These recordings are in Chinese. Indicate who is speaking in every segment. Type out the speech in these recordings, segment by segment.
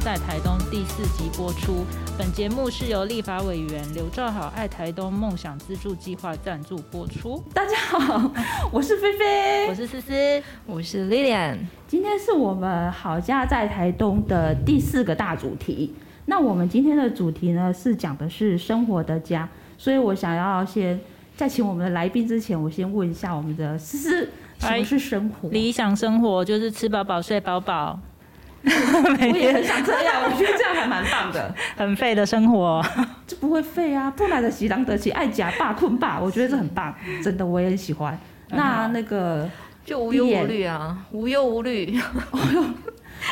Speaker 1: 在台东》第四集播出。本节目是由立法委员刘兆好爱台东梦想资助计划赞助播出。
Speaker 2: 大家好， 我是菲菲，
Speaker 1: 我是思思，
Speaker 3: 我是 Lilian。
Speaker 2: 今天是我们好家在台东的第四个大主题。那我们今天的主题呢，是讲的是生活的家，所以我想要先在请我们的来宾之前，我先问一下我们的思思，什么是生活？
Speaker 1: 理想生活就是吃饱饱、睡饱饱，
Speaker 2: 我也很想这样，我觉得这样还蛮棒 的，
Speaker 1: 很废的生活。
Speaker 2: 这不会废啊，不来的喜郎得喜，爱假霸困霸，我觉得这很棒，真的我也很喜欢。那那个
Speaker 3: 就无忧无虑啊，无忧无 虑，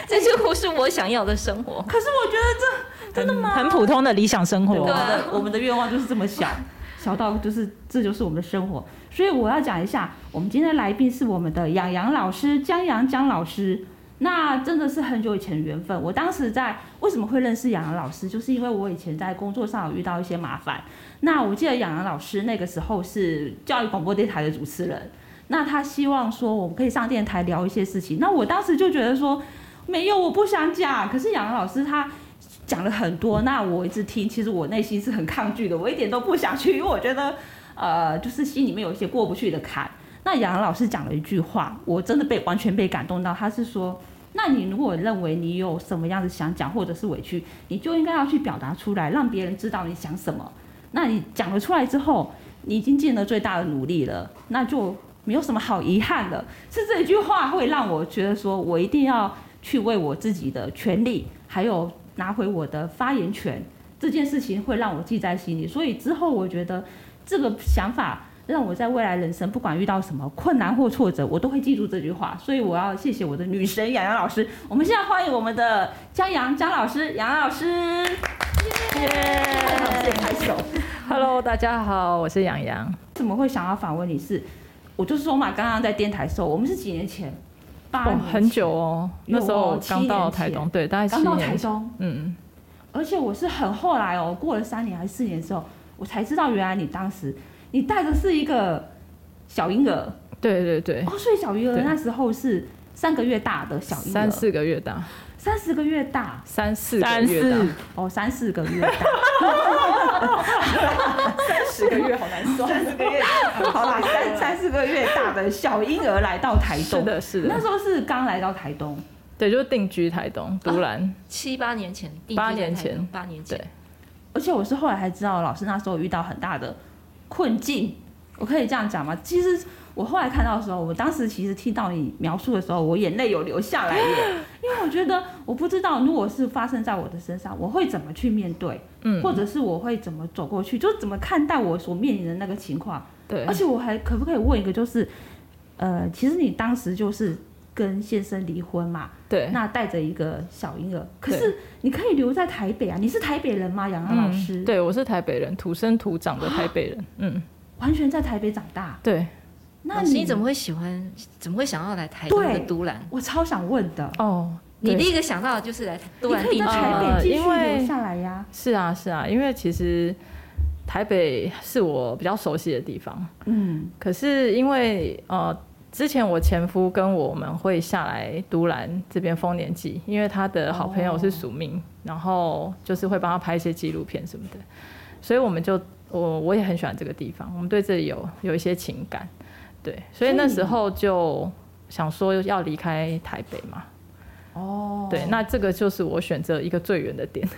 Speaker 3: 这几乎是我想要的生活。
Speaker 2: 可是我觉得这真的吗？啊
Speaker 1: 很普通的啊理想生活
Speaker 2: 我
Speaker 3: 对。
Speaker 2: 们的我们的愿望就是这么小，小到就是这就是我们的生活。所以我要讲一下，我们今天的来宾是我们的杨洋老师，江洋江老师。那真的是很久以前的缘分。我当时在为什么会认识杨洋老师，就是因为我以前在工作上有遇到一些麻烦。那我记得杨洋老师那个时候是教育广播电台的主持人，那他希望说我们可以上电台聊一些事情。那我当时就觉得说没有，我不想讲。可是杨洋老师他讲了很多，那我一直听，其实我内心是很抗拒的，我一点都不想去， 因为我觉得，呃，就是心里面有一些过不去的坎。那杨老师讲了一句话，我真的被完全被感动到，他是说，那你如果认为你有什么样子想讲或者是委屈，你就应该要去表达出来，让别人知道你想什么。那你讲了出来之后，你已经尽了最大的努力了，那就没有什么好遗憾的。是这一句话会让我觉得说，我一定要去为我自己的权利，还有拿回我的发言权这件事情，会让我记在心里。所以之后我觉得这个想法让我在未来人生不管遇到什么困难或挫折，我都会记住这句话。所以我要谢谢我的女神杨洋老师。我们现在欢迎我们的江洋江老师，杨洋老师，杨老师也拍手。
Speaker 3: Hello，大家好，我是杨洋。
Speaker 2: 怎么会想要访问你是？我就说嘛，刚刚在电台的时候，我们是几年前，八
Speaker 4: 哦
Speaker 2: 年，
Speaker 4: 很久哦，
Speaker 2: 有
Speaker 4: 那时候
Speaker 2: 哦七
Speaker 4: 刚到
Speaker 2: 年
Speaker 4: 台
Speaker 2: 前
Speaker 4: 东，对，大概
Speaker 2: 刚
Speaker 4: 七
Speaker 2: 到台
Speaker 4: 年，
Speaker 2: 中，
Speaker 4: 嗯，
Speaker 2: 而且我是很后来哦，过了三年还是四年之后，我才知道原来你当时你带的是一个小婴儿
Speaker 4: 对对对，
Speaker 2: 哦，所以小婴儿
Speaker 4: 对
Speaker 2: 那时候是三个月大的小婴儿，
Speaker 4: 三四个月大，
Speaker 2: 三四个月大
Speaker 4: 三四个
Speaker 1: 三
Speaker 4: 月
Speaker 1: 四
Speaker 4: 大，
Speaker 2: 哦，三四个月大，
Speaker 4: 十个月好难算，
Speaker 2: 四个月大，好啦，三三四个月大的小婴儿来到台东，
Speaker 4: 是的，是
Speaker 2: 那
Speaker 4: 的，
Speaker 2: 时候是刚来到台东，
Speaker 4: 对，就定居台东
Speaker 2: 啊
Speaker 4: 独兰，
Speaker 3: 七八年前，定居
Speaker 4: 八
Speaker 3: 在台
Speaker 4: 年
Speaker 3: 东
Speaker 4: 前
Speaker 3: 八年前，
Speaker 2: 而且我是后来才知道，老师那时候遇到很大的困境，我可以这样讲吗？其实我后来看到的时候，我当时其实听到你描述的时候，我眼泪有流下来 耶，因为我觉得我不知道，如果是发生在我的身上，我会怎么去面对，
Speaker 4: 嗯，
Speaker 2: 或者是我会怎么走过去，就是怎么看待我所面临的那个情况。
Speaker 4: 对
Speaker 2: 而，且我还可不可以问一个，就是，呃，其实你当时就是跟先生离婚嘛，
Speaker 4: 对，
Speaker 2: 那带着一个小婴儿，可
Speaker 4: 对
Speaker 2: 是你可以留在台北啊，你是台北人吗，杨洋老师？
Speaker 4: 嗯，对我是台北人，土生土长的台北
Speaker 2: 啊
Speaker 4: 人，嗯，
Speaker 2: 完全在台北长大。
Speaker 4: 对，
Speaker 2: 那
Speaker 3: 老师你怎么会喜欢？怎么会想要来台东的
Speaker 2: 对
Speaker 3: 都兰？
Speaker 2: 我超想问的，
Speaker 4: 哦，
Speaker 3: 你
Speaker 4: 对
Speaker 3: 第一个想到的就是来都
Speaker 2: 你
Speaker 3: 兰
Speaker 2: 可以
Speaker 3: 定
Speaker 2: 在
Speaker 3: 居
Speaker 2: 台
Speaker 3: 吗？
Speaker 2: 北继续
Speaker 4: 呃因为
Speaker 2: 留下来 呀、
Speaker 4: 是啊是啊，因为其实台北是我比较熟悉的地方，
Speaker 2: 嗯，
Speaker 4: 可是因为呃，之前我前夫跟我们会下来都兰这边丰年祭，因为他的好朋友是署名，
Speaker 3: 哦
Speaker 4: 然后就是会帮他拍一些纪录片什么的，所以我们就我我也很喜欢这个地方，我们对这里有有一些情感，对，所以
Speaker 2: 所以
Speaker 4: 那
Speaker 2: 你
Speaker 4: 时候就想说要离开台北嘛，
Speaker 2: 哦，
Speaker 4: 对，那这个就是我选择一个最远的点。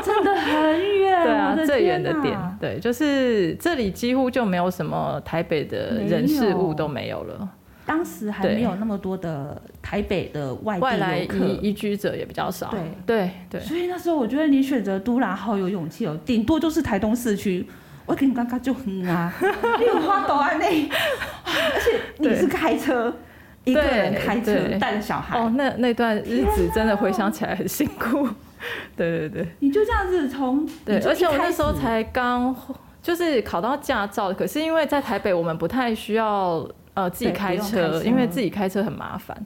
Speaker 2: 真的很远，
Speaker 4: 对
Speaker 2: 哎我
Speaker 4: 啊，
Speaker 2: 的
Speaker 4: 最远的
Speaker 2: 天
Speaker 4: 点
Speaker 2: 哪，
Speaker 4: 对，就是这里几乎就没有什么台北的
Speaker 2: 没
Speaker 4: 人事
Speaker 2: 有
Speaker 4: 物都没有了，
Speaker 2: 当时还
Speaker 4: 对
Speaker 2: 没有那么多的台北的外
Speaker 4: 外来
Speaker 2: 地游客。
Speaker 4: 移移居者也比较少。
Speaker 2: 对
Speaker 4: 对对
Speaker 2: 所以那时候我觉得你选择都兰好有勇气哦，顶多就是台东市区。我跟你刚刚就很 啊，你有花朵啊那，而且你是开车，一个人开车
Speaker 4: 对
Speaker 2: 带着小孩，
Speaker 4: 哦，那那段日子真的回想起来很辛苦。 对对对
Speaker 2: 你就这样子从
Speaker 4: 对
Speaker 2: 你，就
Speaker 4: 而且
Speaker 2: 一
Speaker 4: 我那
Speaker 2: 开
Speaker 4: 时候
Speaker 2: 始
Speaker 4: 才刚就是考到驾照，可是因为在台北我们不太需要呃自己
Speaker 2: 对不
Speaker 4: 开
Speaker 2: 用
Speaker 4: 车，
Speaker 2: 开车
Speaker 4: 因为自己开车很麻烦。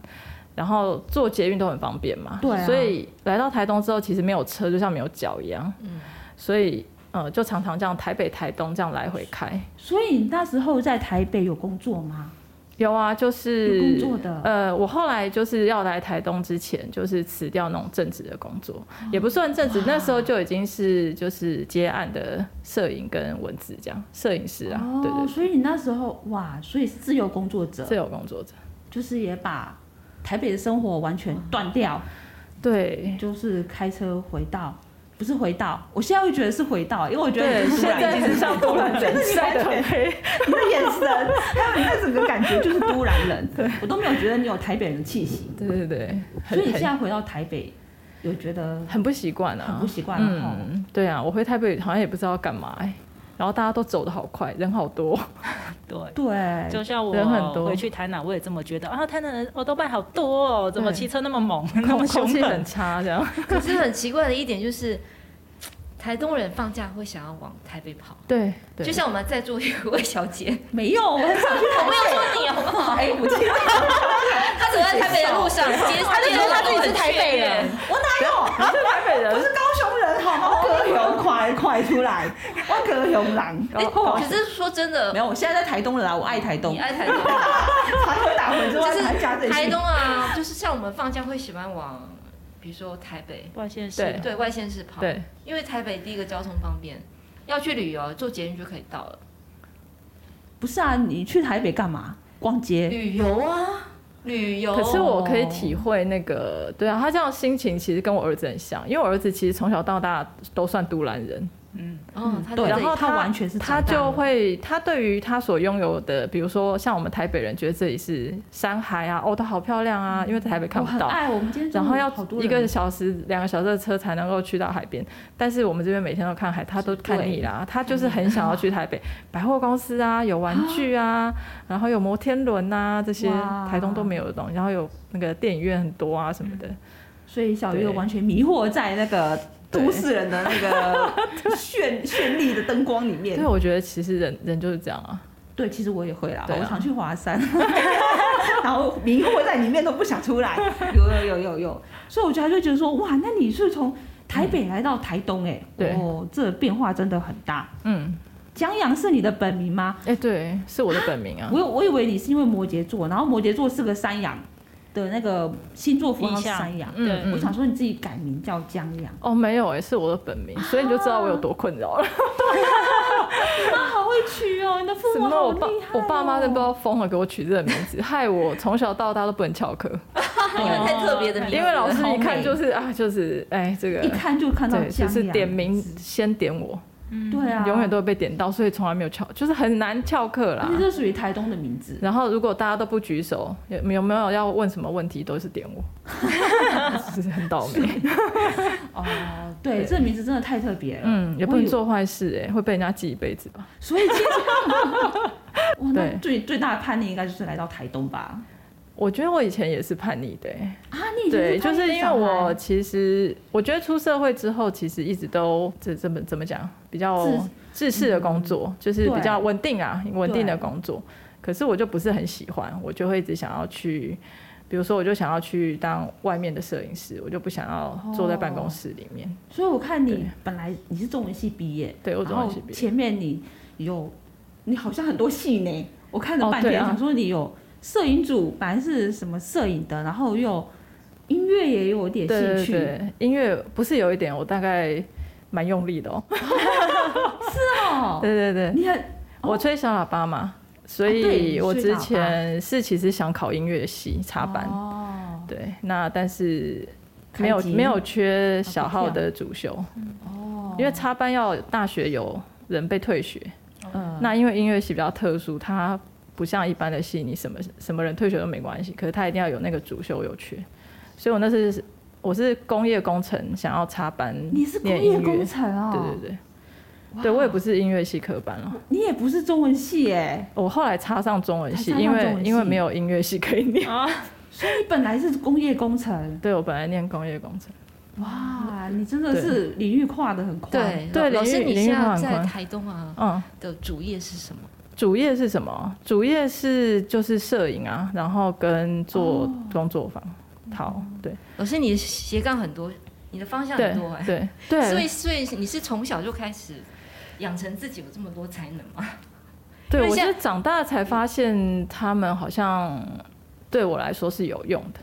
Speaker 4: 然后坐捷运都很方便嘛，
Speaker 2: 对啊
Speaker 4: 所以来到台东之后，其实没有车就像没有脚一样，
Speaker 3: 嗯
Speaker 4: 所以呃就常常这样台北台东这样来回开，
Speaker 2: 所以你那时候在台北有工作吗？
Speaker 4: 有啊，就
Speaker 2: 有
Speaker 4: 是
Speaker 2: 工作的
Speaker 4: 呃，我后来就是要来台东之前，就是辞掉那种正职的工作，
Speaker 2: 哦
Speaker 4: 也不算正职，那时候就已经是就是接案的摄影跟文字这样，摄影师啊，对
Speaker 2: 哦，
Speaker 4: 对
Speaker 2: 所以你那时候哇，所以是自由工作者
Speaker 4: 对，自由工作者，
Speaker 2: 就是也把台北的生活完全断掉，
Speaker 4: 对。
Speaker 2: 就是开车回到，不是回到，我现在会觉得是回到，因为我觉得
Speaker 4: 对，
Speaker 2: 你突
Speaker 4: 现
Speaker 2: 然
Speaker 4: 在只上多人
Speaker 2: 真的你
Speaker 4: 晒
Speaker 2: 完
Speaker 4: 得
Speaker 2: 全
Speaker 4: 黑，
Speaker 2: 你的眼神，还有你的整个感觉就是都兰人，我都没有觉得你有台北人的气息，
Speaker 4: 对对对，
Speaker 2: 所以你
Speaker 4: 很
Speaker 2: 现在回到台北，有觉得
Speaker 4: 很不习惯啊，
Speaker 2: 很不习惯哦了哈
Speaker 4: 嗯，对啊，我回台北好像也不知道要干嘛、欸，然后大家都走得好快，人 好多，
Speaker 1: 对。
Speaker 2: 对，
Speaker 1: 就像我
Speaker 4: 人很多
Speaker 1: 回去台南，我也这么觉得啊。台南人哦，都办好多哦，怎么
Speaker 4: 对
Speaker 1: 骑车那么猛，那么
Speaker 4: 空
Speaker 1: 凶
Speaker 4: 空气
Speaker 1: 狠
Speaker 4: 很？差，这样。
Speaker 3: 可是很奇怪的一点就是，台东人放假会想要往台北跑，
Speaker 4: 对，对
Speaker 3: 就像我们在座有一位小 姐，
Speaker 2: 没有，哦我很少去
Speaker 3: 我 没有说你好不好？
Speaker 2: 台北，我记得
Speaker 3: 她走在台北的路上，街
Speaker 2: 她就
Speaker 3: 街
Speaker 2: 说她
Speaker 3: 上
Speaker 2: 自己
Speaker 3: 都
Speaker 2: 是
Speaker 3: 很
Speaker 2: 台北
Speaker 3: 雀
Speaker 2: 人
Speaker 3: 跃。
Speaker 2: 我哪有？
Speaker 4: 你是台北
Speaker 2: 我
Speaker 4: 人，
Speaker 2: 是高雄人，好吗？我高雄快快出来，我高雄人。
Speaker 3: 哎
Speaker 2: 哦
Speaker 3: 可是说真
Speaker 2: 没
Speaker 3: 的，
Speaker 2: 有，我现在在台东了啦，我爱台东
Speaker 3: 你，爱台东，
Speaker 2: 常会打回之外，还加这
Speaker 3: 就是
Speaker 2: 一句
Speaker 3: 台东啊，就是像我们放假会喜欢往，比如说台北，
Speaker 1: 外县市
Speaker 4: 对
Speaker 3: 对外县市跑，
Speaker 4: 对，
Speaker 3: 因为台北第一个交通方便，要去旅游坐捷运就可以到了。
Speaker 2: 不是啊，你去台北干嘛？逛街。
Speaker 3: 旅游啊，旅游。
Speaker 4: 可是我可以
Speaker 2: 哦
Speaker 4: 体会那个，对啊，他这样心情其实跟我儿子很像，因为我儿子其实从小到大都算都兰人，
Speaker 3: 嗯，他
Speaker 2: 对，
Speaker 3: 在这
Speaker 2: 然
Speaker 3: 里
Speaker 2: 后他完全是
Speaker 4: 他
Speaker 2: 长大
Speaker 4: 就
Speaker 2: 了
Speaker 4: 会他对于他所拥有的，比如说像我们台北人觉得这里是山海啊，哦，都好漂亮啊，因为在台北看
Speaker 2: 我
Speaker 4: 不
Speaker 2: 很嗯
Speaker 4: 到。
Speaker 2: 爱我们今天真
Speaker 4: 然
Speaker 2: 的
Speaker 4: 后要
Speaker 2: 好多
Speaker 4: 一个
Speaker 2: 人
Speaker 4: 小时、两个小时的车才能够去到海边，但是我们这边每天都看海，他都看腻啦。他就是很想要去台北百货公司 啊，有玩具啊，然后有摩天轮啊，这些
Speaker 2: 哇
Speaker 4: 台东都没有的东西，然后有那个电影院很多啊什么的。
Speaker 2: 所以小月
Speaker 4: 对
Speaker 2: 完全迷惑在那个
Speaker 4: 对
Speaker 2: 都市人的那 个绚绚丽的灯光里面
Speaker 4: 对，。我觉得其实人人就是这样啊。
Speaker 2: 对，其实我也会啦，
Speaker 4: 对啊
Speaker 2: 我常去华山， 然后迷惑在里面都不想出来。有有有有有，所以我觉得他就觉得说，哇，那你是从台北来到台东、欸，
Speaker 4: 对
Speaker 2: 哦，这变化真的很大。
Speaker 4: 嗯，
Speaker 2: 江阳是你的本名吗？
Speaker 4: 哎、对，是我的本名啊
Speaker 2: 我。有我以为你是因为摩羯座，然后摩羯座是个山羊的那个星座符号是
Speaker 1: 印象
Speaker 2: 山羊，
Speaker 4: 嗯
Speaker 1: 对
Speaker 4: 嗯
Speaker 2: 我想说你自己改名叫江阳，
Speaker 4: 哦，没有哎、是我的本名，所以你就知道我有多困扰 了。
Speaker 2: 你妈好会取哦，你的父
Speaker 4: 什
Speaker 2: 母
Speaker 4: 么？
Speaker 2: 好
Speaker 4: 我
Speaker 2: 厉
Speaker 4: 爸
Speaker 2: 害、哦
Speaker 4: 我爸妈都不知道疯了，给我取这个名字，害我从小到大都不能翘 课。
Speaker 3: 因为太特别的名字，
Speaker 4: 因为老师一看就是啊，就是哎，这个
Speaker 2: 一看就看到
Speaker 4: 对，
Speaker 2: 江
Speaker 4: 就
Speaker 2: 阳，
Speaker 4: 是点名先点我，
Speaker 2: 对啊，
Speaker 4: 永远都会被点到，所以从来没有翘，就是很难翘课啦
Speaker 2: 而且。这属于台东的名字，
Speaker 4: 然后如果大家都不举手，有有没有要问什么问题，都是点我， 就是很倒霉。
Speaker 2: 哦，对，
Speaker 4: 对
Speaker 2: 这名字真的太特别了。
Speaker 4: 嗯，也不能
Speaker 2: 我以为。
Speaker 4: 做坏事哎、会被人家记一辈子吧？
Speaker 2: 所以其实， 哇，那
Speaker 4: 对
Speaker 2: 最最大的叛逆应该就是来到台东吧？
Speaker 4: 我觉得我以前也是叛逆的、哎
Speaker 2: 啊，你已经
Speaker 4: 对，
Speaker 2: 叛逆
Speaker 4: 就
Speaker 2: 的
Speaker 4: 是因为
Speaker 2: 小孩
Speaker 4: 我其实我觉得出社会之后，其实一直都这怎么怎么讲，比较
Speaker 2: 自嗯
Speaker 4: 制式的工作，就是
Speaker 2: 对
Speaker 4: 比较稳定啊，稳定的
Speaker 2: 对
Speaker 4: 工作。可是我就不是很喜欢，我就会一直想要去，比如说我就想要去当外面的摄影师，我就不想要坐在办
Speaker 2: 哦
Speaker 4: 公室里面。
Speaker 2: 所以我看你
Speaker 4: 对
Speaker 2: 本来你是中文系毕业，
Speaker 4: 对我中文
Speaker 2: 然
Speaker 4: 系
Speaker 2: 后
Speaker 4: 毕业
Speaker 2: 前面你有，你好像很多系呢，我看了
Speaker 4: 哦
Speaker 2: 半天，
Speaker 4: 对啊
Speaker 2: 想说你有摄影组，本来是什么摄影的，然后又音乐也有点
Speaker 4: 对
Speaker 2: 兴
Speaker 4: 对
Speaker 2: 趣，
Speaker 4: 对，音乐不是有一点，我大概蛮用力的哦。
Speaker 2: 哦，
Speaker 4: 对对对，
Speaker 2: 你很
Speaker 4: 我吹小喇叭嘛，所
Speaker 2: 哦对你
Speaker 4: 以我
Speaker 2: 吹喇
Speaker 4: 之
Speaker 2: 叭
Speaker 4: 前是其实想考音乐系插班。
Speaker 2: 哦，
Speaker 4: 对，那但是
Speaker 2: 开
Speaker 4: 没有
Speaker 2: 机
Speaker 4: 没有缺小号的主修，
Speaker 2: 哦，
Speaker 4: 因为插班要大学有人被退学，
Speaker 2: 嗯
Speaker 4: 那因为音乐系比较特殊，它不像一般的系，你什么什么人退学都没关系，可是它一定要有那个主修有缺，所以我那是我是工业工程想要插班，
Speaker 2: 你是工业工、程哦，
Speaker 4: 对对对。对，我也不是音乐系科班了，
Speaker 2: 你也不是中文系耶，
Speaker 4: 我后来插上中文系，
Speaker 2: 才插上
Speaker 4: 因
Speaker 2: 中
Speaker 4: 为
Speaker 2: 文系
Speaker 4: 因为没有音乐系可以念。
Speaker 2: 所以你本来是工业工程，
Speaker 4: 对，我本来念工业工程，
Speaker 2: 哇，你真的是领域跨的很宽，
Speaker 3: 对
Speaker 4: 嗯对
Speaker 3: 老老师
Speaker 4: 领域
Speaker 3: 你
Speaker 4: 领域
Speaker 3: 现在
Speaker 4: 很
Speaker 3: 在
Speaker 4: 宽
Speaker 3: 台东啊
Speaker 4: 嗯，
Speaker 3: 的主业是什么？
Speaker 4: 主业是什么？主业是就是摄影啊，然后跟做
Speaker 3: 哦
Speaker 4: 工作坊，好，对
Speaker 3: 老师你斜杠很多，你的方向
Speaker 4: 对
Speaker 3: 很多哎，所
Speaker 4: 对
Speaker 3: 以
Speaker 4: 对，哦
Speaker 3: 所以你是从小就开始养成自己有这么多才能吗？
Speaker 4: 对，
Speaker 3: 因为
Speaker 4: 我
Speaker 3: 现
Speaker 4: 是长大才发现他们好像对我来说是有用的。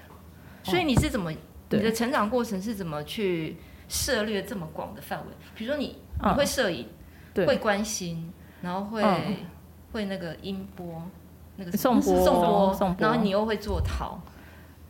Speaker 3: 所以你是怎么你
Speaker 4: 对
Speaker 3: 的成长过程是怎么去涉猎这么广的范围？比如说你你
Speaker 4: 嗯
Speaker 3: 会摄影，
Speaker 4: 对
Speaker 3: 会关心，然后会、
Speaker 4: 嗯
Speaker 3: 会那个音波，那个
Speaker 4: 送
Speaker 3: 什么
Speaker 4: 波
Speaker 3: 送波，
Speaker 4: 送波
Speaker 3: 然后你又会做陶，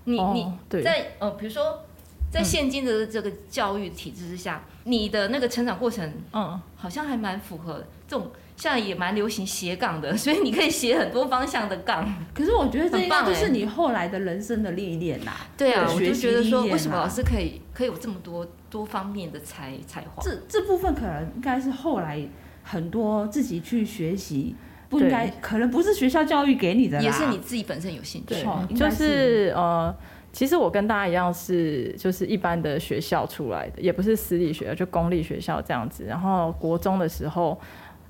Speaker 3: 你、
Speaker 4: 哦
Speaker 3: 你
Speaker 4: 对
Speaker 3: 在呃，比如说在现今的这个教育体制之下，你的那个成长过程
Speaker 4: 嗯，
Speaker 3: 好像还蛮符合这种，现在也蛮流行斜杠的，所以你可以斜很多方向的杠。
Speaker 2: 可是我觉得这应
Speaker 3: 很棒
Speaker 2: 该就
Speaker 3: 欸
Speaker 2: 是你后来的人生的历练呐、
Speaker 3: 对啊，
Speaker 2: 对
Speaker 3: 我就
Speaker 2: 学习
Speaker 3: 觉得说，
Speaker 2: 历练啊
Speaker 3: 为什么老师可以可以有这么多多方面的才才华？
Speaker 2: 这这部分可能应该是后来很多自己去学习，不应该，可能不是学校教育给你的啦，啊
Speaker 3: 也是你自己本身有兴趣
Speaker 4: 对。
Speaker 2: 哦应
Speaker 4: 就
Speaker 2: 该
Speaker 4: 是呃，其实我跟大家一样是就是一般的学校出来的，也不是私立学校，就公立学校这样子。然后国中的时候，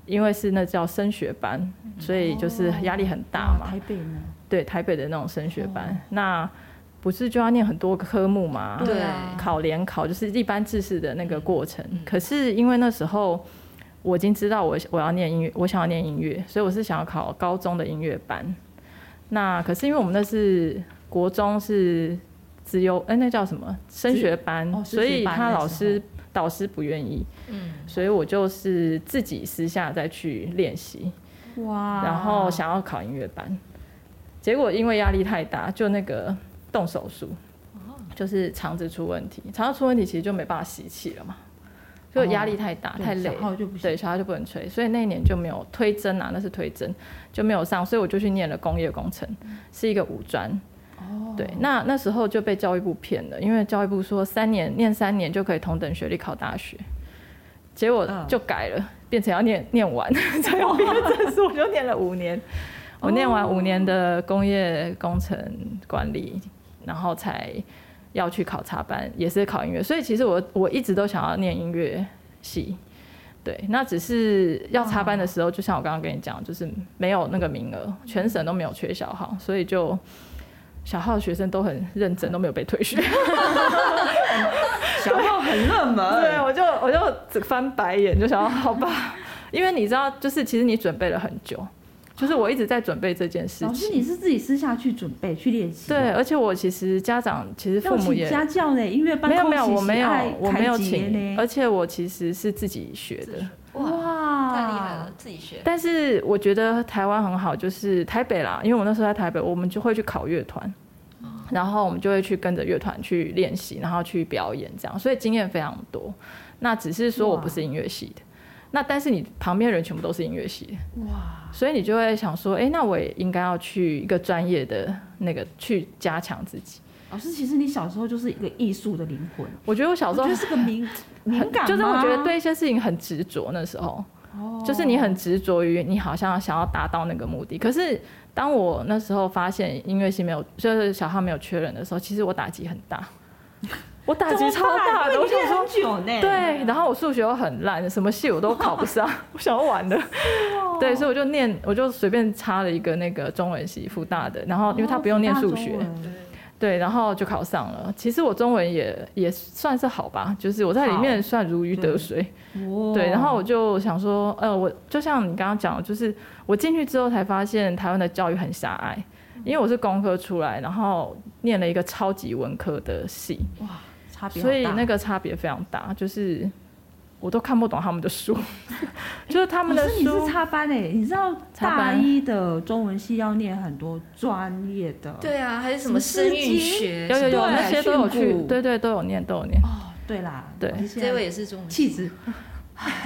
Speaker 4: 因为是那叫升学班，所以就是压力很大
Speaker 2: 哇
Speaker 4: 嘛。
Speaker 2: 哦台北哦呢，
Speaker 4: 对，台北的那种升学班，那不是就要念很多个科目嘛？
Speaker 3: 对
Speaker 2: 嗯啊
Speaker 4: 考联考就是一般知识的那个过程。可是因为那时候我已经知道我我要念音乐，我想要念音乐，所以我是想要考高中的音乐班。那可是因为我们那是国中是资优，哎、那叫什么升学班，
Speaker 2: 哦
Speaker 4: 所以
Speaker 2: 升学班
Speaker 4: 他
Speaker 2: 那
Speaker 4: 老
Speaker 2: 时候
Speaker 4: 师导师不愿意，
Speaker 3: 嗯，
Speaker 4: 所以我就是自己私下再去练习，
Speaker 2: 哇，
Speaker 4: 然后想要考音乐班，结果因为压力太大，就那个动手术，
Speaker 2: 哦
Speaker 4: 就是肠子出问题，肠子出问题其实就没办法吸气了嘛，就压力太大、
Speaker 2: 哦对
Speaker 4: 太累
Speaker 2: 小，号就不行
Speaker 4: 对，，小孩就不能吹，所以那一年就没有推甄啊，那是推甄就没有上，所以我就去念了工业工程，
Speaker 2: 嗯
Speaker 4: 是一个五专。
Speaker 2: 哦，
Speaker 4: 对，那那时候就被教育部骗了，因为教育部说三年念三年就可以同等学历考大学，结果
Speaker 2: 嗯
Speaker 4: 就改了，变成要念念完才有毕业证书，我就念了五年，我念完五年
Speaker 2: 哦
Speaker 4: 的工业工程管理，然后才要去考察班，也是考音乐，所以其实我我一直都想要念音乐系。对，那只是要插
Speaker 2: 哦
Speaker 4: 班的时候，就像我刚刚跟你讲，就是没有那个名额，全省都没有缺小号，所以就小号的学生都很认真，都没有被 退学。
Speaker 2: 小号很热门，
Speaker 4: 对，我就我就只翻白眼，就想要 好吧，因为你知道，就是其实你准备了很久，就是我一直在准备这件事
Speaker 2: 老师你
Speaker 4: 情。
Speaker 2: 是自己私下去准备去练习，啊
Speaker 4: 对，，而且我其实家长其实
Speaker 2: 要
Speaker 4: 父母
Speaker 2: 请
Speaker 4: 也
Speaker 2: 家教呢，音乐班
Speaker 4: 没有没有，
Speaker 2: 空
Speaker 4: 我
Speaker 2: 袭
Speaker 4: 没有
Speaker 2: 爱
Speaker 4: 我没有
Speaker 2: 凯杰
Speaker 4: 请，而
Speaker 2: 呢，
Speaker 4: 且我其实是自己学的。
Speaker 3: 哇，
Speaker 2: 哇，
Speaker 3: 太厉害了，，自己学。
Speaker 4: 但是我觉得台湾很好，就是台北啦，因为我那时候在台北，我们就会去考乐团，然后我们就会去跟着乐团去练习，然后去表演这样，所以经验非常多。那只是说我不是音乐系的，那但是你旁边人全部都是音乐系的，
Speaker 2: 哇，
Speaker 4: 所以你就会想说，哎、那我也应该要去一个专业的那个去加强自己。
Speaker 2: 老师其实你小时候就是一个艺术的灵魂，
Speaker 4: 我觉得我小
Speaker 2: 我
Speaker 4: 时候
Speaker 2: 觉得是个敏敏感吗，
Speaker 4: 就是我觉得对一些事情很执着，那时候。
Speaker 2: 哦，
Speaker 4: 就是你很执着于你好像想要达到那个目的，可是当我那时候发现音乐系没有，就是小号没有缺人的时候，其实我打击很 大，我打击超大的，我想
Speaker 2: 说
Speaker 4: 说。
Speaker 2: 久呢，
Speaker 4: 对，然后我数学又很烂，什么系我都考不上，我想要玩的。对，所以我就念，我就随便插了一个那个中文系，复大的，然后因为他不用念数学，对，然后就考上了。其实我中文也也算是好吧，就是我在里面算如鱼得水。
Speaker 2: 哦，
Speaker 4: 对，然后我就想说，呃，我就像你刚刚讲的，就是我进去之后才发现台湾的教育很狭隘，因为我是工科出来，然后念了一个超级文科的系，
Speaker 2: 哇，差别好
Speaker 4: 所
Speaker 2: 大
Speaker 4: 以那个差别非常大，就是我都看不懂他们的书， 就是他们的
Speaker 2: 可是你
Speaker 4: 书
Speaker 2: 是，插班哎，你知道
Speaker 4: 插
Speaker 2: 大
Speaker 4: 班
Speaker 2: 一的中文系要念很多专业的，
Speaker 3: 对啊，还有什么声韵学？
Speaker 4: 有有有
Speaker 2: 对
Speaker 4: 那些都有去
Speaker 2: 训诂，
Speaker 4: 对对都有念都有念，
Speaker 2: 哦，对啦，
Speaker 4: 对
Speaker 2: 我是现在
Speaker 3: 这位也是中文系
Speaker 2: 气质，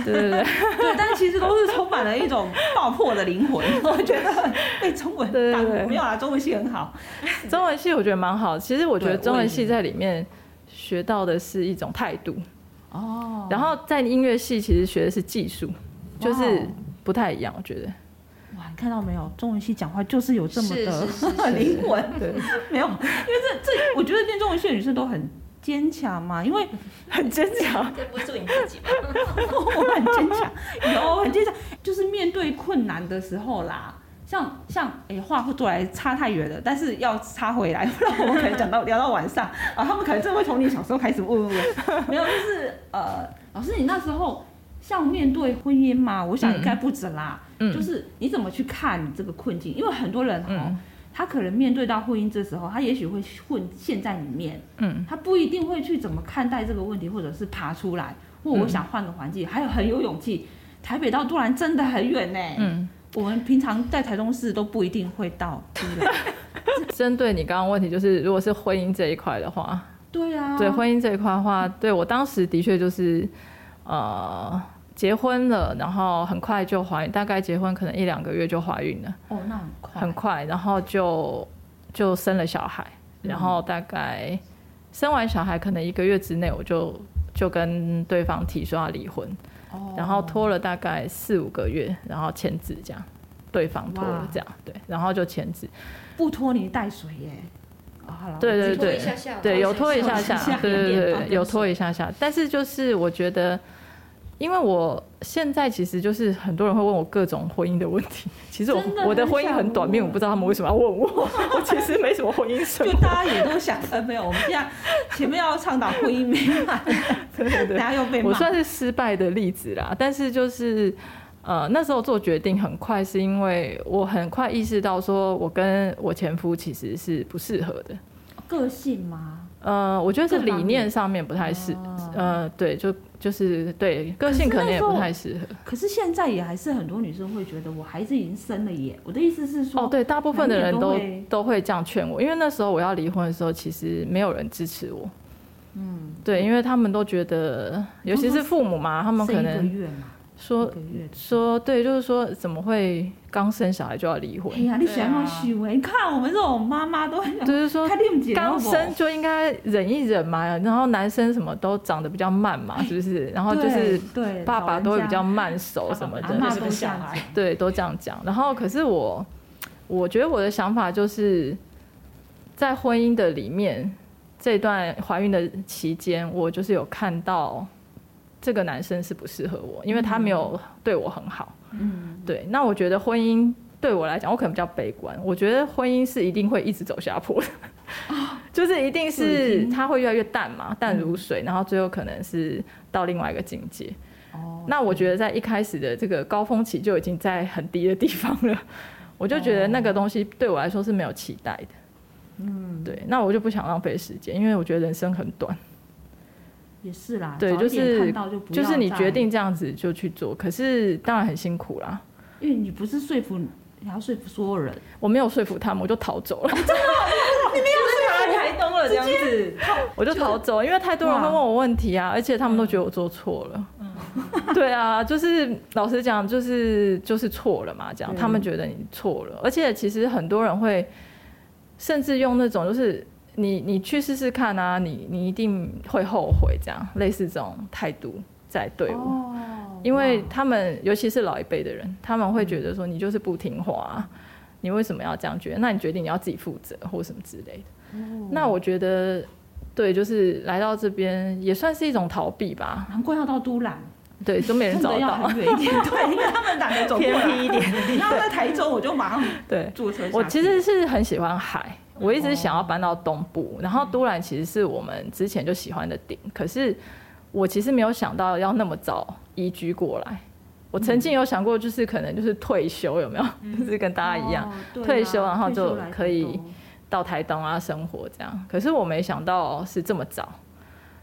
Speaker 4: 对对对。
Speaker 2: 对，但其实都是充满了一种爆破的灵 魂，我觉得被中文
Speaker 4: 对对
Speaker 2: 打
Speaker 4: 对
Speaker 2: 没有啦，中文系很好，
Speaker 4: 中文系我觉得蛮好，其实我觉得
Speaker 2: 对
Speaker 4: 中
Speaker 2: 我也
Speaker 4: 文
Speaker 2: 觉
Speaker 4: 系
Speaker 2: 得
Speaker 4: 在里面学到的是一种态度，
Speaker 2: 哦，
Speaker 4: 然后在音乐系其实学的是技术，就是不太一样，我觉得。
Speaker 2: 哇，你看到没有，中文系讲话就是有这么
Speaker 3: 是
Speaker 2: 的
Speaker 3: 是是是
Speaker 2: 灵 魂，
Speaker 4: 对，
Speaker 2: 没有，因为这这，我觉得念中文系的女生都很坚强嘛，因为
Speaker 4: 很坚强。
Speaker 3: 这不是你自己吧？
Speaker 2: 我 很坚 强，有很坚强，就是面对困难的时候啦。像像哎、话会做来差太远了，但是要插回来，不然我们可能讲到聊到晚上 啊，他们可能真的会从你小时候开始 问问问，没有，就是呃，老师你那时候像面对婚姻嘛，我想应该不止啦，
Speaker 4: 嗯
Speaker 2: 就是你怎么去看这个困境？因为很多人哦，
Speaker 4: 嗯
Speaker 2: 他可能面对到婚姻这时候，他也许会混陷在里面，
Speaker 4: 嗯，
Speaker 2: 他不一定会去怎么看待这个问题，或者是爬出来，或
Speaker 4: 嗯
Speaker 2: 我想换个环境，还有很有勇气。台北到都兰真的很远呢、
Speaker 4: 嗯，
Speaker 2: 我们平常在台中市都不一定会到都 兰。
Speaker 4: 针对你刚刚问题，就是如果是婚姻这一块的话，
Speaker 2: 对啊，
Speaker 4: 对婚姻这一块的话，对我当时的确就是，呃，结婚了，然后很快就怀，大概结婚可能一两个月就怀孕了，
Speaker 2: 哦，那很快，
Speaker 4: 很快，然后就就生了小孩，
Speaker 2: 嗯
Speaker 4: 然后大概生完小孩可能一个月之内，我就就跟对方提说要离婚，
Speaker 2: 哦
Speaker 4: 然后拖了大概四五个月，然后签字这样，对方拖
Speaker 2: 哇
Speaker 4: 了这样，对，然后就签字，
Speaker 2: 不拖泥带水耶。啊，好了，
Speaker 4: 对对
Speaker 3: 拖
Speaker 4: 对
Speaker 3: 一下下，
Speaker 4: 对，有拖一下
Speaker 2: 下
Speaker 4: 下，
Speaker 2: 下
Speaker 4: 对对对
Speaker 2: 一点
Speaker 4: 对，有拖一下下。但是就是我觉得，因为我现在其实就是很多人会问我各种婚姻的问题， 其实我
Speaker 2: 真的
Speaker 4: 我的
Speaker 2: 很
Speaker 4: 婚姻
Speaker 2: 想
Speaker 4: 很短命，
Speaker 2: 问
Speaker 4: 我不知道他们为什么要问我，我其实没什么婚姻生
Speaker 2: 就
Speaker 4: 活，
Speaker 2: 大家也都想，呃，没有，我们现在前面要倡导婚姻美满，
Speaker 4: 对对 对
Speaker 2: 大。家又被骂。
Speaker 4: 我算是失败的例子啦，但是就是呃那时候做决定很快，是因为我很快意识到说我跟我前夫其实是不适合的。
Speaker 2: 个性吗？
Speaker 4: 呃，我觉得是
Speaker 2: 各
Speaker 4: 理
Speaker 2: 方面
Speaker 4: 念上面不太适，
Speaker 2: 哦
Speaker 4: 呃，对，就就是对个
Speaker 2: 是
Speaker 4: 性可
Speaker 2: 那
Speaker 4: 能也
Speaker 2: 时候
Speaker 4: 不太适合。
Speaker 2: 可是现在也还是很多女生会觉得，我孩子已经生了耶。我的意思是说，
Speaker 4: 哦，对，大部分的
Speaker 2: 难免都
Speaker 4: 人都
Speaker 2: 会
Speaker 4: 都会这样劝我，因为那时候我要离婚的时候，其实没有人支持我。嗯，对，因为他们都觉得，尤其是父母嘛，他们可
Speaker 2: 嗯生一个
Speaker 4: 能
Speaker 2: 月嘛，一
Speaker 4: 说
Speaker 2: 个月的。
Speaker 4: 说对，就是说怎么会刚生小孩就要离婚
Speaker 2: 哎？呀，你喜欢那种虚伪？你看我们这种妈妈都很想
Speaker 4: 就是说
Speaker 2: 看你们姐
Speaker 4: 刚生就应该忍一忍嘛，然后男生什么都长得比较慢嘛，是不是？然后就是
Speaker 2: 哎对
Speaker 4: 爸爸都会比较慢熟
Speaker 2: 老人家
Speaker 4: 什么
Speaker 1: 啊
Speaker 2: 阿嬷
Speaker 4: 的，
Speaker 2: 都这样讲
Speaker 4: 对，都这样讲。然后可是我，我觉得我的想法就是，在婚姻的里面，这段怀孕的期间，我就是有看到这个男生是不适合我，因为他没有对我很好。
Speaker 2: 嗯，
Speaker 4: 对，那我觉得婚姻对我来讲，我可能比较悲观。我觉得婚姻是一定会一直走下坡的， 就是一定
Speaker 2: 哦就已
Speaker 4: 是
Speaker 2: 经嗯
Speaker 4: 它会越来越淡嘛，淡如水，然后最后可能是到另外一个境界。
Speaker 2: 哦，
Speaker 4: 那我觉得在一开始的这个高峰期就已经在很低的地方了，我就觉得
Speaker 2: 哦
Speaker 4: 那个东西对我来说是没有期待的。嗯，对，那我就不想浪费时间，因为我觉得人生很短。
Speaker 2: 也是啦，
Speaker 4: 对
Speaker 2: 早一点
Speaker 4: 就是
Speaker 2: 看到就不要
Speaker 4: 就是你
Speaker 2: 再
Speaker 4: 决定这样子就去做，可是当然很辛苦啦。
Speaker 2: 因为你不是说服，你要说服所有人，
Speaker 4: 我没有说服他们，我就逃走了。
Speaker 3: 来台东了这样子，
Speaker 4: 我就逃走，因为太多人会问我问题啊，而且他们都觉得我做错了。 对啊，就是老实讲，就是就是错了嘛，这样
Speaker 2: 对
Speaker 4: 他们觉得你错了，而且其实很多人会，甚至用那种就是你你去试试看啊，你你一定会后悔这样，类似这种态度在对我。
Speaker 2: 哦
Speaker 4: 因为
Speaker 2: 哇嗯
Speaker 4: 他们，尤其是老一辈的人，他们会觉得说你就是不听话、啊，你为什么要这样觉得？那你决定你要自己负责或什么之类的。
Speaker 2: 哦
Speaker 4: 那我觉得，对，就是来到这边也算是一种逃避吧。
Speaker 2: 难怪要到都兰，
Speaker 4: 对，都没人
Speaker 2: 真
Speaker 4: 找
Speaker 2: 的
Speaker 4: 得
Speaker 2: 要
Speaker 4: 到。
Speaker 2: 很远一点， 对，因为他们懒得走过来，偏僻一 点。然后在台中，我就马上
Speaker 4: 对，
Speaker 2: 坐车下去。哦
Speaker 4: 我其实是很喜欢海，我一直想要搬到东部。
Speaker 2: 嗯
Speaker 4: 然后都兰其实是我们之前就喜欢的顶，可是我其实没有想到要那么早移居过来。我曾
Speaker 2: 嗯
Speaker 4: 经有想过，就是可能就是退休，有没有？ 就是跟大家一样。
Speaker 2: 哦对啊
Speaker 4: 退休然后就
Speaker 2: 退休来台
Speaker 4: 可以
Speaker 2: 东
Speaker 4: 到台东啊生活这样。可是我没想到是这么早，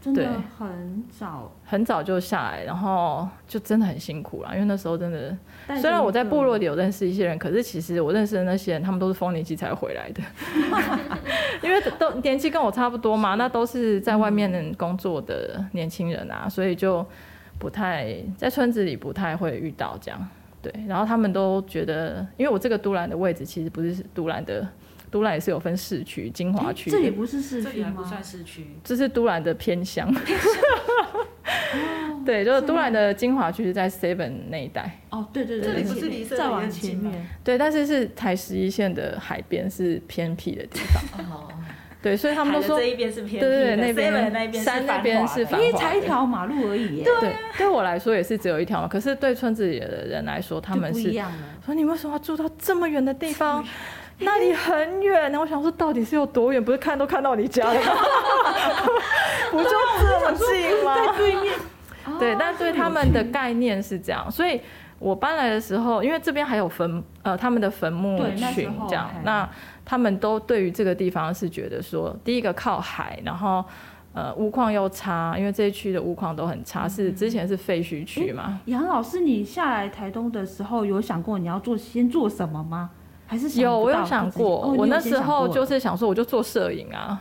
Speaker 2: 真的
Speaker 4: 对
Speaker 2: 很早。
Speaker 4: 很早就下来，然后就真的很辛苦啦。因为那时候真的，
Speaker 2: 带着
Speaker 4: 虽然我在
Speaker 2: 一个
Speaker 4: 部落里有认识一些人，可是其实我认识的那些人，他们都是丰年期才回来的，因为都年纪跟我差不多嘛，那都是在外面工作的年轻人啊，所以就不太在村子里不太会遇到这样。对，然后他们都觉得，因为我这个都兰的位置其实不是都兰的，都兰也是有分市区、精华
Speaker 2: 诶
Speaker 4: 区的，
Speaker 2: 这也不是市
Speaker 1: 这里
Speaker 2: 区
Speaker 1: 还不
Speaker 2: 吗？
Speaker 1: 算市区，
Speaker 4: 这是都兰的偏乡。对，就是都兰的精华区是在 Seven 那一带，
Speaker 2: 哦，对对对，
Speaker 1: 这里不是
Speaker 2: 前面
Speaker 1: 离社
Speaker 2: 再
Speaker 1: 会
Speaker 2: 往
Speaker 1: 很近
Speaker 2: 前
Speaker 1: 吗
Speaker 2: 面，
Speaker 4: 对，但是是台十一线的海边是偏僻的地方，
Speaker 3: 哦，
Speaker 4: 对，所以
Speaker 1: 他
Speaker 4: 他们都说，
Speaker 1: 这
Speaker 4: 对
Speaker 1: 一边是偏僻
Speaker 4: 对
Speaker 1: 的，
Speaker 4: 对，那
Speaker 1: 7-Eleven
Speaker 4: 边
Speaker 1: 那边
Speaker 4: 山那边是
Speaker 1: 繁华
Speaker 4: 繁华
Speaker 1: 的，
Speaker 2: 因为才一条马路而已耶，
Speaker 1: 啊
Speaker 4: 对，对我来说也是只有一条，可是对村子里的人来说，他
Speaker 2: 就
Speaker 4: 们
Speaker 2: 不一
Speaker 4: 是
Speaker 2: 样了。
Speaker 4: 说你为什么要住到这么远的地方？那里很远，然后我想说到底是有多远？不是 看都看到你家了吗？不就这么近吗？
Speaker 2: 在对面，
Speaker 4: 对，但对他们
Speaker 2: 哦嗯
Speaker 4: 的概念是这样，所以我搬来的时候，因为这边还有坟呃他们的坟墓
Speaker 2: 对那时
Speaker 4: 群
Speaker 2: 候
Speaker 4: 这样
Speaker 2: 还，
Speaker 4: 那他们都对于这个地方是觉得说，第一个靠海，然后。呃，屋况又差，因为这一区的屋况都很
Speaker 2: 嗯
Speaker 4: 差，是之前是废墟区嘛，
Speaker 2: 杨老师，你下来台东的时候有想过你要做先做什么吗？还是想
Speaker 4: 有，
Speaker 2: 不
Speaker 4: 我
Speaker 2: 到
Speaker 4: 有想
Speaker 2: 就直接
Speaker 4: 过，
Speaker 2: 哦、
Speaker 4: 我
Speaker 2: 你有
Speaker 4: 那
Speaker 2: 先
Speaker 4: 时
Speaker 2: 想
Speaker 4: 候
Speaker 2: 过
Speaker 4: 就是想说，我就做摄影啊，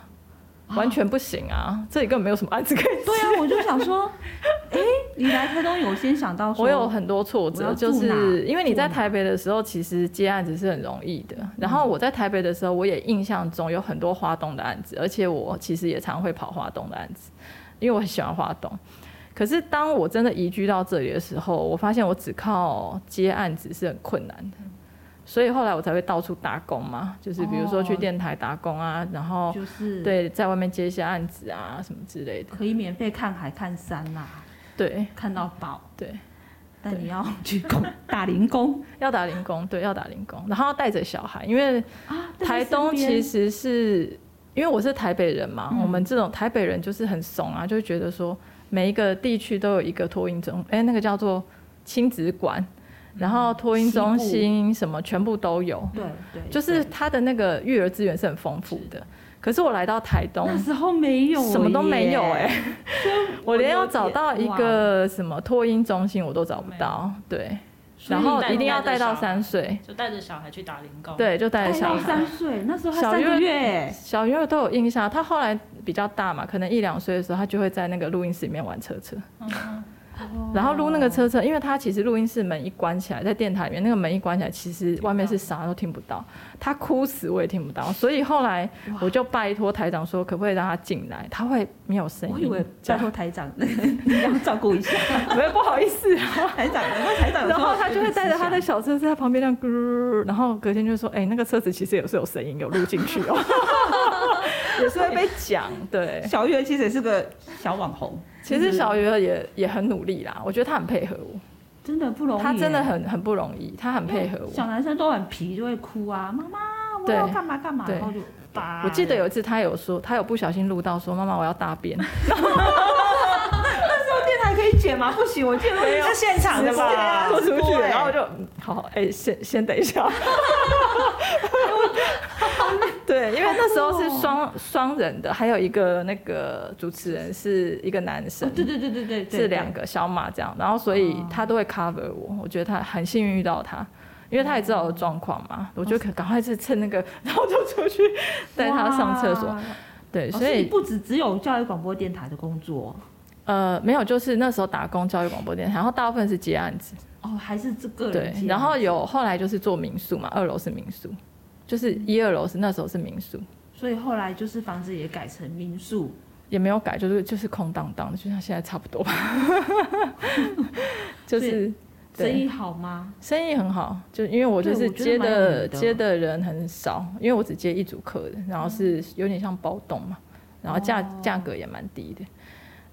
Speaker 4: 完全不行啊，这里根本没有什么案子可以
Speaker 2: 对啊，我就想说，哎、你来台东有先想到说，
Speaker 4: 我有很多挫
Speaker 2: 我要
Speaker 4: 折，
Speaker 2: 住
Speaker 4: 就是
Speaker 2: 哪
Speaker 4: 因为你在
Speaker 2: 住哪嗯
Speaker 4: 台北的时候，其实接案子是很容易的。然后我在台北的时候，我也印象中有很多花东的案子，而且我其实也常会跑花东的案子，因为我很喜欢花东。可是当我真的移居到这里的时候，我发现我只靠接案子是很困难的，所以后来我才会到处打工嘛，就是比如说去
Speaker 2: 哦
Speaker 4: 电台打工啊，然后
Speaker 2: 就是，
Speaker 4: 对，在外面接一些案子啊什么之类的。
Speaker 2: 可以免费看海看山啦、
Speaker 4: 对
Speaker 2: 看到宝，
Speaker 4: 对。
Speaker 2: 但
Speaker 4: 对
Speaker 2: 你要去工打零工
Speaker 4: 要打零工，对，要打零工，然后要带着小孩，因为
Speaker 2: 啊。带在
Speaker 4: 台
Speaker 2: 身
Speaker 4: 东
Speaker 2: 边
Speaker 4: 其实是因为我是台北人嘛，我们这种台北人就是很怂啊，就会觉得说每一个地区都有一个托婴中，哎、那个叫做亲子馆，然后托婴中心什么全部都有，
Speaker 2: 对对，
Speaker 4: 就是它的那个育儿资源是很丰富的。可是我来到台东，
Speaker 2: 那时候没有，
Speaker 4: 什么都没有哎、我连要找到一
Speaker 2: 哇
Speaker 4: 个什么托婴中心我都找不到，对，然后一定要带到三岁，
Speaker 1: 就带着小孩去打零工。，
Speaker 4: 对，就带着
Speaker 2: 带
Speaker 4: 小
Speaker 2: 到
Speaker 4: 孩
Speaker 2: 三。岁，那时候还
Speaker 4: 小
Speaker 2: 三
Speaker 4: 月
Speaker 2: 个月哎，
Speaker 4: 小月都有印象，他后来比较大嘛，可能一两岁的时候，他就会在那个录音室里面玩车车， 然后撸那个车车，因为他其实录音室门一关起来，在电台里面那个门一关起来，其实外面是啥都听不到，他哭死我也听不到，所以后来我就拜托台长说，可不可以让他进来，他会没有声音，
Speaker 2: 我以为
Speaker 4: 这
Speaker 2: 拜
Speaker 4: 样
Speaker 2: 托台长， 你要照顾一下
Speaker 4: 没有不好意思啊。
Speaker 2: 台长，然后台长有时
Speaker 4: 然
Speaker 2: 候
Speaker 4: 后他就会带着他的
Speaker 2: 私下
Speaker 4: 小车子在旁边这样咕，然后隔天就说：“哎、那个车子其实也是有声音，有录进去 哦，也是会被讲。”对，
Speaker 2: 小月其实也是个小网红，
Speaker 4: 其实小鱼儿也也很努力啦，我觉得他很配合我，
Speaker 2: 真的不容易耶，
Speaker 4: 他真的很很不容易，他很配合
Speaker 2: 小
Speaker 4: 我。
Speaker 2: 男生都很皮，就会哭啊，妈妈，我
Speaker 4: 对
Speaker 2: 要干嘛干嘛，
Speaker 4: 对
Speaker 2: 然后就叭。
Speaker 4: 我记得有一次他有说，他有不小心录到说：“妈妈，我要大便。
Speaker 2: 那时候电台可以剪吗？不行，我记得
Speaker 4: 啊
Speaker 2: 没有
Speaker 1: 是现场的”吧
Speaker 4: 拖
Speaker 2: 直
Speaker 4: 出去，
Speaker 2: 播欸
Speaker 4: 然后我就嗯好，哎、先先等一下。 对，因为那时候是双双人的，还有一个那个主持人是一个男生，
Speaker 2: 啊 对对对对对对，哦
Speaker 4: 是两个小马这样，然后所以他都会 cover 我，我觉得他很幸运遇到他，因为他也知道我的状况嘛，
Speaker 2: 哦
Speaker 4: 我就赶赶快是趁那个， 然后就出 去带他上厕所
Speaker 2: 哇。。哦
Speaker 4: 对，所
Speaker 2: 所以
Speaker 4: 以、
Speaker 2: 不止只有教育广播电台的工作
Speaker 4: 呃没有，就是那时候打工教育广播电台，然后大部分是接案子，
Speaker 2: 哦，还是这个
Speaker 4: 对
Speaker 2: 人接，
Speaker 4: 然后有后来就是做民宿嘛，二楼是民宿，就是
Speaker 2: 嗯
Speaker 4: 一二楼是那时候是民宿，
Speaker 2: 所以后来就是房子也改成民宿，
Speaker 4: 也没有改，就是就是空荡荡的，就像现在差不多吧， 就是。对
Speaker 2: 生意好吗？
Speaker 4: 生意很好，就因为我就
Speaker 2: 对
Speaker 4: 是
Speaker 2: 我觉得
Speaker 4: 接
Speaker 2: 蛮有
Speaker 4: 的
Speaker 2: 名的
Speaker 4: 接的人很少，因为我只接一组客人，然后是有点像包栋嘛，然后价
Speaker 2: 哦
Speaker 4: 价、格也蛮低的。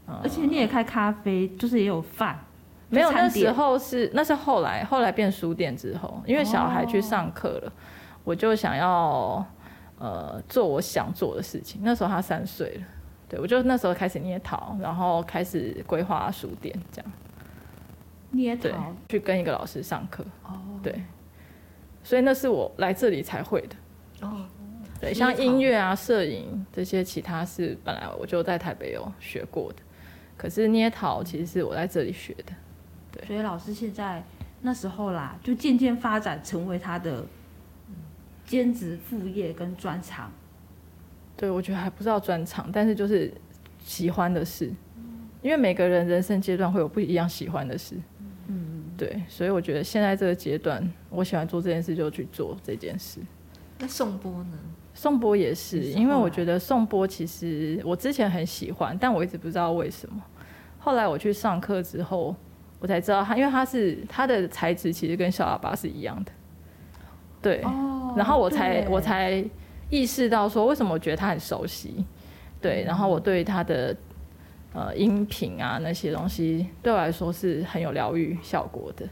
Speaker 4: 呃
Speaker 2: 而且你也开咖啡，就是也有饭，
Speaker 4: 没有
Speaker 2: 就
Speaker 4: 那
Speaker 2: 餐
Speaker 4: 时
Speaker 2: 点
Speaker 4: 候是那是后来后来变书店之后，因为小孩去上课
Speaker 2: 哦
Speaker 4: 了，我就想要呃做我想做的事情。那时候他三岁了，对我就那时候开始捏陶，然后开始规划书店这样。
Speaker 2: 捏
Speaker 4: 对
Speaker 2: 陶，
Speaker 4: 去跟一个老师上课。
Speaker 2: 哦，
Speaker 4: 对，所以那是我来这里才会的。
Speaker 2: 哦，非
Speaker 4: 对，
Speaker 2: 常
Speaker 4: 像音乐啊、摄影这些，其他是本来我就在台北有学过的，可是捏陶其实是我在这里学的。
Speaker 2: 所以老师现在那时候啦，就渐渐发展成为他的嗯兼职副业跟专长。
Speaker 4: 对，我觉得还不知道专长，但是就是喜欢的事，因为每个人人生阶段会有不一样喜欢的事。嗯，对，所以我觉得现在这个阶段，我喜欢做这件事就去做这件事。
Speaker 3: 那颂钵呢？
Speaker 4: 颂钵也是，
Speaker 2: 也是
Speaker 4: 因为
Speaker 2: 后
Speaker 4: 我
Speaker 2: 来
Speaker 4: 觉得颂钵其实我之前很喜欢，但我一直不知道为什么。后来我去上课之后，我才知道它，因为它是它的材质其实跟小喇叭是一样的，对。
Speaker 2: 哦
Speaker 4: 然后我才我
Speaker 2: 对
Speaker 4: 才意识到说，为什么我觉得它很熟悉，
Speaker 2: 嗯
Speaker 4: 对。然后我对它的呃音频啊那些东西，对我来说是很有疗愈效果的。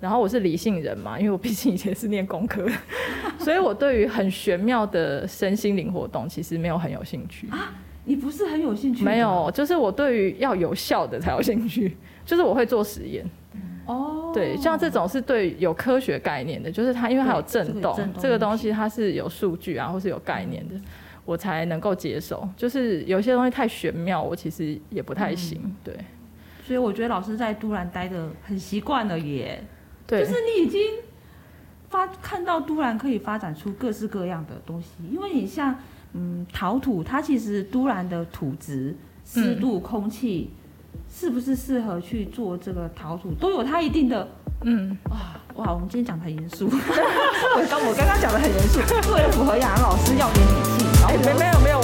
Speaker 4: 然后我是理性人嘛，因为我毕竟以前是念工 科的，
Speaker 2: 啊
Speaker 4: 所以我对于很玄妙的身心灵活动其实没有很有兴趣。
Speaker 2: 你不是很有兴趣？
Speaker 4: 没有，就是我对于要有效的才有兴趣，就是我会做实验。
Speaker 2: 哦，
Speaker 4: 对，像这种是对有科学概念的，就是它因为它有震动，
Speaker 2: 对这个有震动嗯
Speaker 4: 这个东西它是有数据啊，或是有概念的，我才能够接受。就是有些东西太玄妙，我其实也不太行。
Speaker 2: 嗯
Speaker 4: 对，
Speaker 2: 所以我觉得老师在都兰待的很习惯了耶，
Speaker 4: 对，
Speaker 2: 就是你已经发看到都兰可以发展出各式各样的东西，因为你像嗯陶土，它其实都兰的土质、湿度、空气。是不是适合去做这个陶土，都有它一定的
Speaker 4: 嗯，
Speaker 2: 哇！我们今天讲的很严 肃，我刚我刚刚讲的很严肃，为了符合雅涵老师要点底气，然后
Speaker 4: 哎、没没有没有，